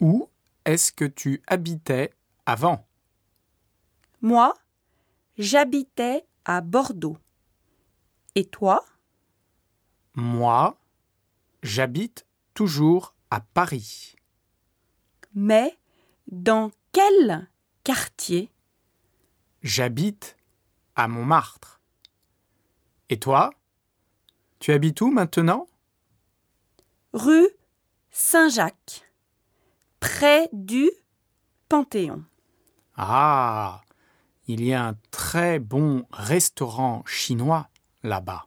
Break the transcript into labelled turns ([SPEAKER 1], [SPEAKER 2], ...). [SPEAKER 1] Où est-ce que tu habitais avant
[SPEAKER 2] Moi, j'habitais à Bordeaux. Et toi
[SPEAKER 1] Moi, j'habite toujours à Paris.
[SPEAKER 2] Mais dans quel quartier
[SPEAKER 1] J'habite à Montmartre. Et toi Tu habites où maintenant
[SPEAKER 2] Rue Saint-Jacques, près du Panthéon.
[SPEAKER 1] Ah Il y a un très bon restaurant chinois là-bas.